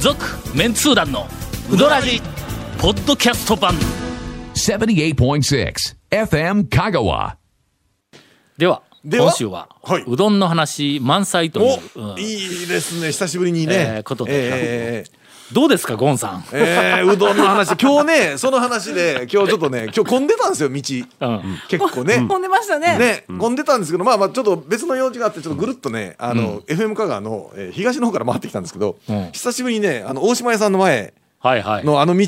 続メンツー団のウドラジポッドキャスト版78.6 FM Kagawa. ではでは今週は、はいうどんの話満載という、うんおいいですね久しぶりにえねーことでえーどうですかゴンさん、えーうどんの話 今日ねその話で今日ちょっとね今日混んでたんですよ道うん結構 ね飛んでましたね。ね混んでたんですけどまあまあちょっと別の用事があってちょっとぐるっとねあの FM 香川のえー東の方から回ってきたんですけどうん久しぶりにねあの大島屋さんの前はいはいのあの道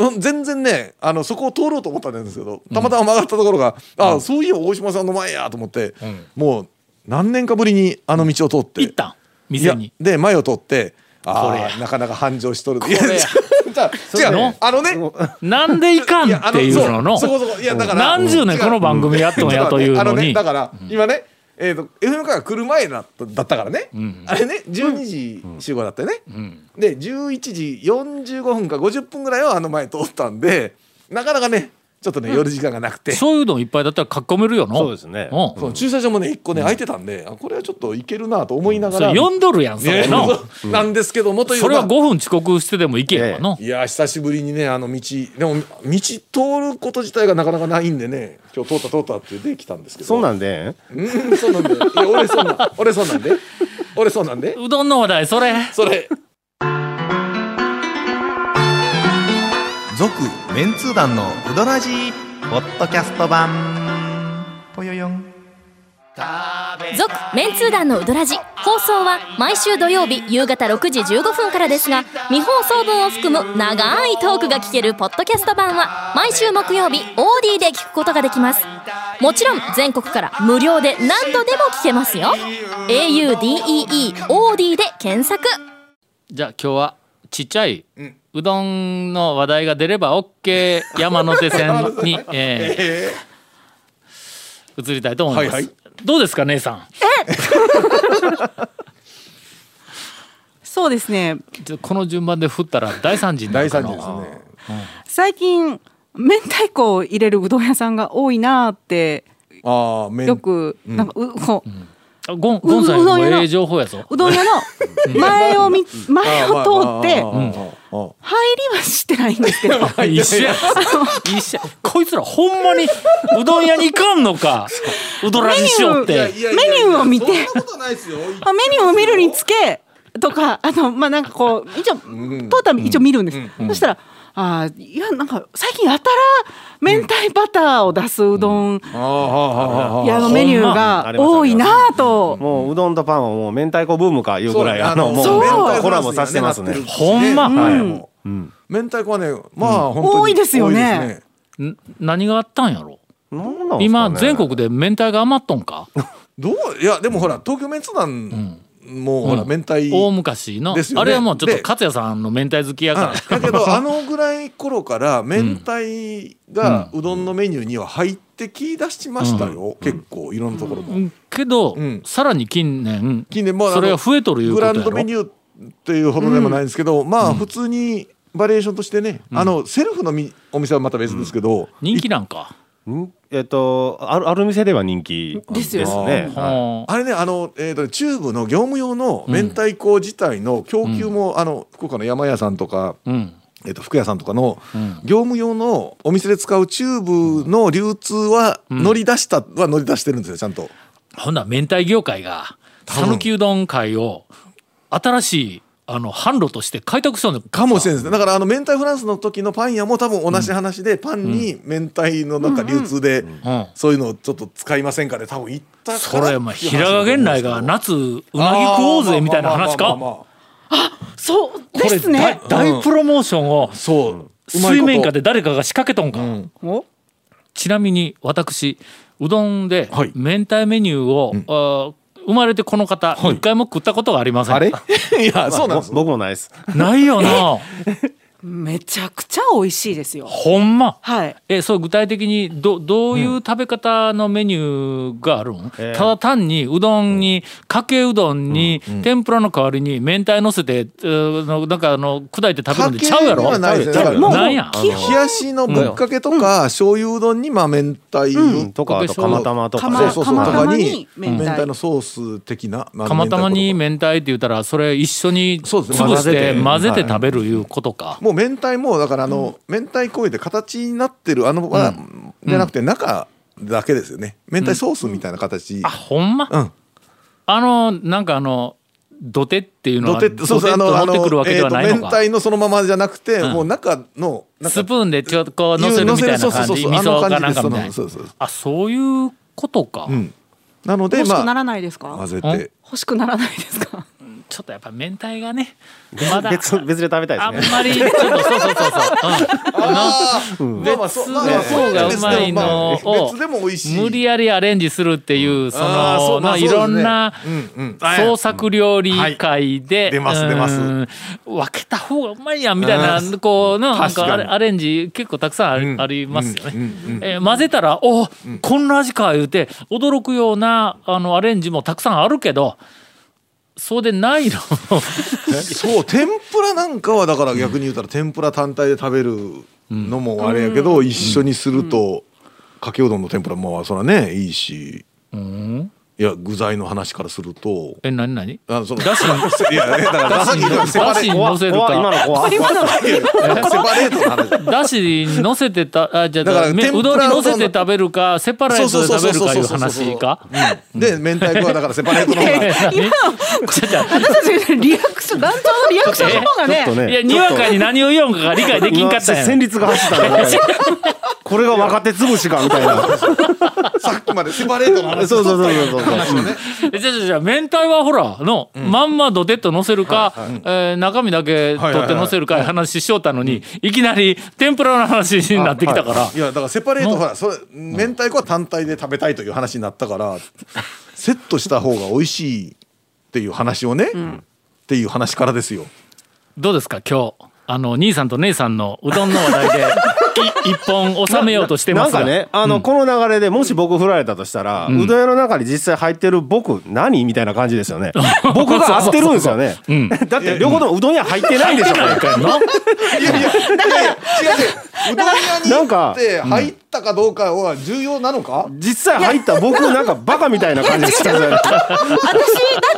うん全然ねあのそこを通ろうと思ったんですけどたまたま曲がったところがあそういえば大島さんの前やと思ってんもう何年かぶりにあの道を通って行ったん店にいやで前を通ってこれあやあなかなか繁盛しとるこれや違そううねあのねなんでいかんっていうののそうそこそこいやだから何十年違うこの番組やっとんやというあのねにだから今ねえーと FM から来る前だっただったからねんあれね12時集合だったよねで11時45分か50分ぐらいはあの前通ったんでなかなかねちょっとね寄る時間がなくてそういうのいっぱいだったら囲めるよのそうですねうんそう駐車場もね一個ね空いてたんであこれはちょっといけるなと思いながそれら読んどるやんそいやれの そうなんですけどもというそれはまあ5分遅刻してでも行けよのいやー久しぶりにねあの道でも道通ること自体がなかなかないんでね今日通った通ったってできたんですけどそんなんでうんそうなん でいや俺そんな俺そうなんで俺そうなんでうどんの話題それそれ続メンツー団のウドラジポッドキャスト版ぽよよん続メンツー団のウドラジ放送は毎週土曜日夕方6時15分からですが未放送分を含む長いトークが聞けるポッドキャスト版は毎週木曜日 OD で聞くことができますもちろん全国から無料で何度でも聞けますよ audeeod で検索じゃあ今日はちっちゃい、うどんの話題が出れば OK 山手線に、えー移りたいと思います、はいはいどうですか姉さんそうですね。ちょっとこの順番で振ったら大惨事にな大るか惨な事ですね最近明太子を入れるうどん屋さんが多いなーってああめんよくなんかう、こうあゴンゴンさんにうどもん屋のええ情報やぞうどん屋の前をみ前を通ってあーまあ入まあまああーりはしてないんですけど。一緒 や一緒やこいつらほんまにうどん屋に行かんの かうどらじしようっいやていやいやメニューを見てそんなことないですよまあメニューを見るにつけとかあとまあなんかこう一応通ったら一応見るんです、そしたらあーいやなんか最近やたら明太バターを出すうどんあーあーあーあー屋のメニューあがります多いなぁともううどんとパンはもう明太子ブームかいうぐらいあのもうそうなんかコラボさせてますねほんまはいうんもう明太子はねまあ本当に多いですよね多いですん何があったんやろなんなんすかね今全国で明太が余っとんかどういやでもほら東京メンツ団もうほらうん明太大昔の、ですよねあれはもうちょっとで勝也さんの明太好きやからだけ どあのぐらい頃から明太がうどんのメニューには入ってきだしましたよ、結構いろんなところも、うんけど、うんさらに近年近年もうあのそれが増えとるいうこグとやラろンドメニューっていうほどでもないんですけど、まあ普通にバリエーションとしてね、あのセルフのみお店はまた別ですけど、人気なんか、んえっとあるある店では人気ですねですよはいはああれねあの、えーとねチューブの業務用の明太子自体の供給も、あの福岡の山屋さんとか、うんえー、と服屋さんとかのうん業務用のお店で使うチューブの流通は乗り出したは乗り出してるんですよちゃんと。ほんなら明太業界が多分讃岐うどん会を新しいあの販路として開拓しとんのかもしれないですねだからあの明太フランスの時のパン屋も多分同じ話で、パンに明太のなんか流通で、うんそういうのをちょっと使いませんかで多分行ったからそれお前平賀源内が夏うなぎ食おうぜみたいな話あーまあまあまあかまあそうこでれすね大大プロモーションをそう水面下でで誰かが仕掛けとんか、おちなみに私うどんではい明太メニューを、あー生まれてこの方 一回も食ったことがありません、あれいやそうなんです僕もないですないよなめちゃくちゃ美味しいですよ。ほんまはい。えそう具体的にどどういう食べ方のメニューがあるん、えーただ単にうどんに、かけうどんに、天ぷらの代わりに明太乗せて、うーのなんかあの砕いて食べるんでちゃうやかけでろはないですねちゃうやろだかならんや基本冷やしのぶっかけとか、醤油うどんにまあ明太、うんとかあとそう釜玉とか釜ねそうそうそう釜と玉かにに明明太太のソース的なまあ釜玉に明太明太って言ったらそれ一緒にそうですね潰して混混ぜぜてて食べるいうことか、もう明太もだからあの、明太声で形になってるあのは、じゃなくて中だけですよね明太ソースみたいな形、あほんま、うんあのなんかあの土手っていうのどはて土っ手てと持ってくるわけではないえーとの明か、太のそのままじゃなくて、んもう中のなんかスプーンでちょっとこう乗せるみたいな感じそうそう味そう噌かあのな感んじでかすみたいなそうそうそうあそういうことか、うんなので欲しくまなあらないですか。混ぜて欲しくならないですか。ちょっとやっぱ明太が ねまだ別別で食べたあいんですねまりちょっとそうそうそうあーまあまあそうまあまあそ別の方うがうまいのを別でもまあ別でも美味しそいう無理やりアレンジするっていうそあーそのうまあなそういですねろんなうんうん創作料理会で、い出ますうん出ます分けた方がうまいやんみたいなこうななんかアレアレンジ結構たくさんあり,、ありますよね、えー混ぜたらおこんな味か言うて驚くようなあのアレンジもたくさんあるけどそうでないの も そう天ぷらなんかはだから逆に言うたら天ぷら単体で食べるのもあれやけど、一緒にすると、かけうどんの天ぷらもそらねいいし、いや具材の話からするとえ何何あのそのだしいやだからだしだしだしに乗せる怖い今かの怖いセパレートの話だしに乗せてたあじゃあだからめ天うぷらどんに乗うせどんての食べるかセパレートで食べるかいう話か。うんで明太子はだからセパレ ートの方が今ちょっと私たちリアクション、団長のリアクションの方がちょっとね。ねいやにわかに何を言おうかが理解できんかったんや戦慄が走ったねこれが若手潰しかみたいなそうさっきまでセパレートの話 そうそうそうそう えじゃあじゃあじゃあ明太はほらの、まんまドテッと乗せるか、えー中身だけ取って乗せるかいう話しようたのに、いきなり天ぷらの話に なってきたから、いやだからセパレートほらそれ明太子は単体で食べたいという話になったからセットした方が美味しいっていう話をね、っていう話からです よ。どうですか今日あの兄さんと姉さんのうどんの話題でい一本収めようとしてますがなんかねあの、この流れでもし僕振られたとしたら、うどん屋の中に実際入ってる僕何みたいな感じです よね僕が合ってるんですよ ねだって両方ともうどん屋入ってないでしょこれいやいやいやいや違う違ううどん屋になんか行って入ったかどうかは重要なのか、 実際入った僕なんかバカみたいな感じですよね私だ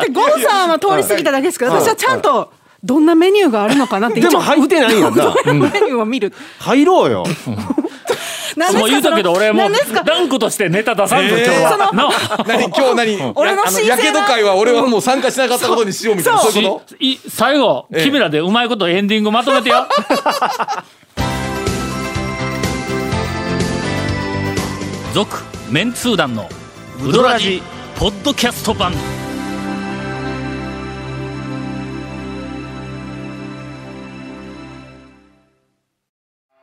ってゴンさんは通り過ぎただけですけど、私はちゃんとどんなメニューがあるのかなってでも入ってないよなメニューを見る。入ろうよ何ですもかう言うたけど俺も何ですか断固としてネタ出さんと今日そは。のの何 今日何俺の神聖なやけど会は俺はもう参加しなかったことにしようみたいなそういうことしい最後、ええ君らでうまいことエンディングまとめて よ続メンツー団のウドラジポッドキャスト版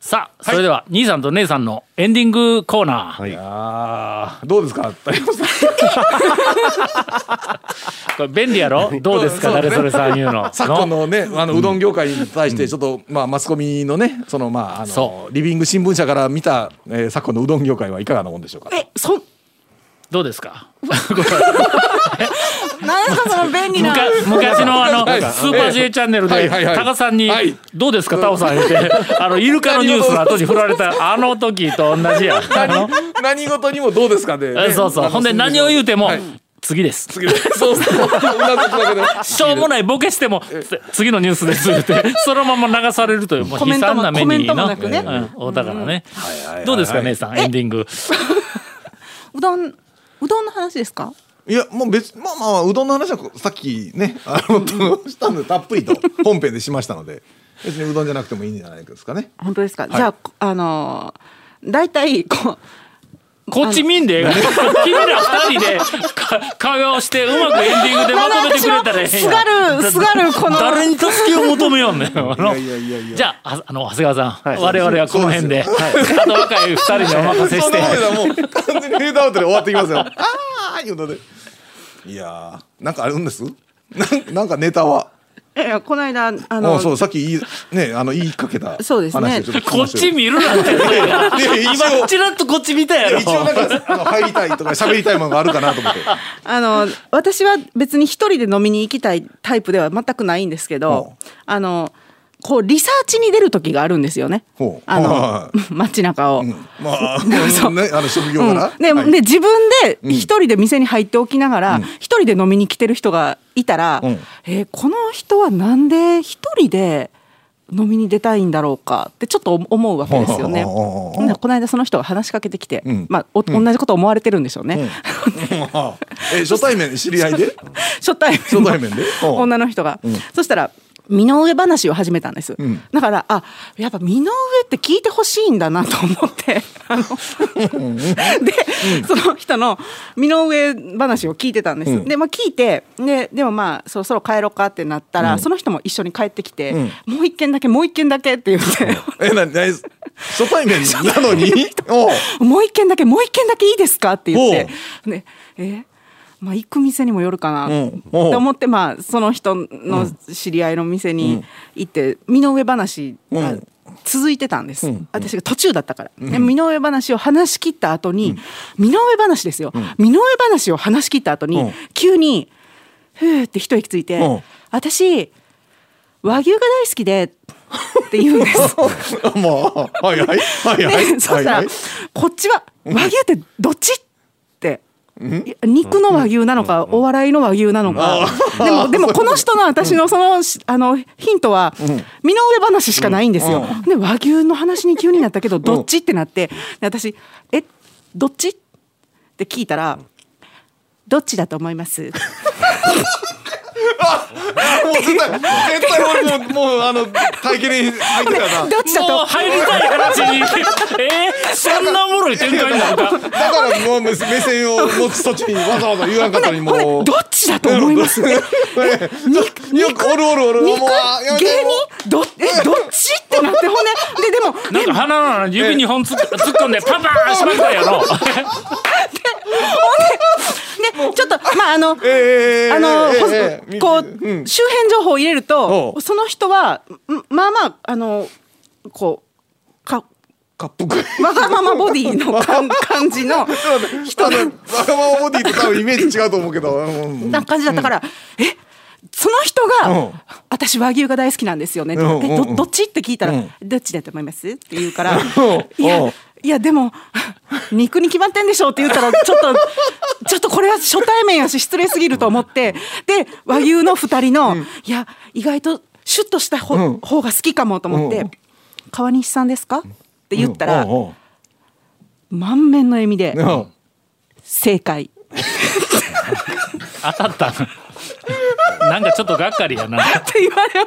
さあそれでは、兄さんと姉さんのエンディングコーナー、どうですか谷本さんこれ便利やろどうですかそう誰それさん言うの昨今のねあのうどん業界に対してちょっと、まあ、マスコミのねそのまああそのリビング新聞社から見た、えー、昨今のうどん業界はいかがなもんでしょうかえ、そん、どうですか何ですかその便利な。昔昔のあのはいスーパー J チャンネルはでいはいはいタカさんにはい「どうですかタオさん」言ってあのイルカのニュースの後に振られたあの時と同じやあの何事にもどうですかねえねそうそうあのほんで何を言うてもはい次です次そうそううなずくだけでしょうもないボケしてもつ次のニュースですってそのまま流されるというもうコ悲メント惨もな目にコメントなもなくねうんだからねどうですか姉さんエンディングうどん、うどんの話ですか。いやもう別まあまあうどんの話はさっきねあのしたのでたっぷりと本編でしましたので別にうどんじゃなくてもいいんじゃないですかね本当ですか。じゃあ、あのー、大体こう。こっち見んで、君ら二人でか会話をして、うまくエンディングでまとめてくれたらええんすがや。るすがるこの誰に助けを求めよんねん。あのいやいやいやじゃあ、ああの、長谷川さん、はい我々はこの辺で、あと若い二人にお任せしそんなてわ。けだもう完全にフェードアウトで終わってき ますよああいうのでいやーなんかあるんですなんなんかネタはええこの間ああのそうさっき言いねあの言いかけたそうですね話をょと聞きこまっしたちよ見るなんて。いや一応今、ちらっとこっち見たやろ。一応なんかあの入りたいとか喋りたいものがあるかなと思ってあの私は別に一人で飲みに行きたいタイプでは全くないんですけど、あのこうリサーチに出る時があるんですよねほう。あはの 街中うを。んま あねあの職業からうんではいで自分で一人で店に入っておきながら一、人で飲みに来てる人がいたら、うんえーこの人はなんで一人で飲みに出たいんだろうかってちょっと思うわけですよね。ほうほうほうほうほんならこの間その人が話しかけてきて、うんまあ、お同じこと思われてるんでしょうね。 え初対面知り合いで 初対面初対面でのうん女の人が、そしたら身の上話を始めたんです、んだからあやっぱ身の上って聞いてほしいんだなと思 ってあので、その人の身の上話を聞いてたんです、うんでまあ聞いてででもまあそろそろ帰ろうかってなったら、その人も一緒に帰ってきて、もう一件だけもう一件だけって言って。えなな初対面なのにおうもう一軒だけもう一軒だけいいですかって言って、おね、えまあ行く店にもよるかなうんとおう思って、まあその人の知り合いの店に行って身の上話が続いてたんです、私が途中だったから、で身の上話を話し切った後に、身の上話ですよ、身の上話を話し切った後に、うん急にふーって一息ついて、うん私和牛が大好きでって言うん です。もうはいはいはいはいで、 そはしいたはらい、こっちは和牛ってどっちって。いや肉の和牛なのか、お笑いの和牛なのか、でも、 でも、この人の私のその、しあのヒントは。身の上話しかないんですよ。で、和牛の話に急になったけど、どっちってなって、で私、え、どっち。って聞いたら。どっちだと思い ます。もう絶対絶対俺もうもうあの体験に入ってたなどっちだもうと。入りたい話に。えーそんなおもろい展開になった。だからもう目目線を持つそっちにわざわざ言わんかったのにもほんでうどっちだと思います。えよくおるおるおる肉もうあやめて芸もう人どえどっちってなってほんでででもなんか鼻の穴に指2本突っ突っ込んでパンパーンしまったやろ。ね、ちょっと、まあ、あの、えーあの、えーほんえーこう、うん周辺情報を入れるおと、うその人は、んまあまあ、あの、こう、か、カップクリームわがままボディの 感感じの、人あのな、わがままボディって多分イメージ違うと思うけど、うんな感じだったから、えその人うんが、私和牛が大好きなんですよね。うんえ、うど、んうんどっちって聞いたら、うんどっちだと思いますって言 うから、んいや、いや、でも、肉に決まってんでしょうって言っ たら、ちょっと、ちょっとこれは初対面やし失礼すぎると思って、で、和牛の二人の、いや、意外とシュッとしたほ、方が好きかもと思って、うん川西さんですかって言ったら、うん満面の笑みで、うんうん正解。当たった。なんかちょっとがっかりやな。って言われま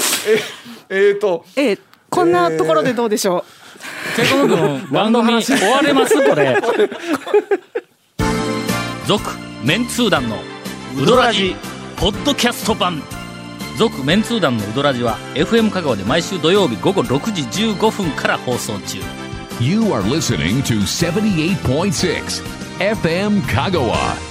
した。えっと、ええ、こんなところでどうでしょう。ケコ君番組終われますこれ。続メンツー団のウドラジポッドキャスト版。続メンツー団のウドラジは FM 香川で毎週土曜日午後6時15分から放送中。 You are listening to 78.6 FM Kagawa.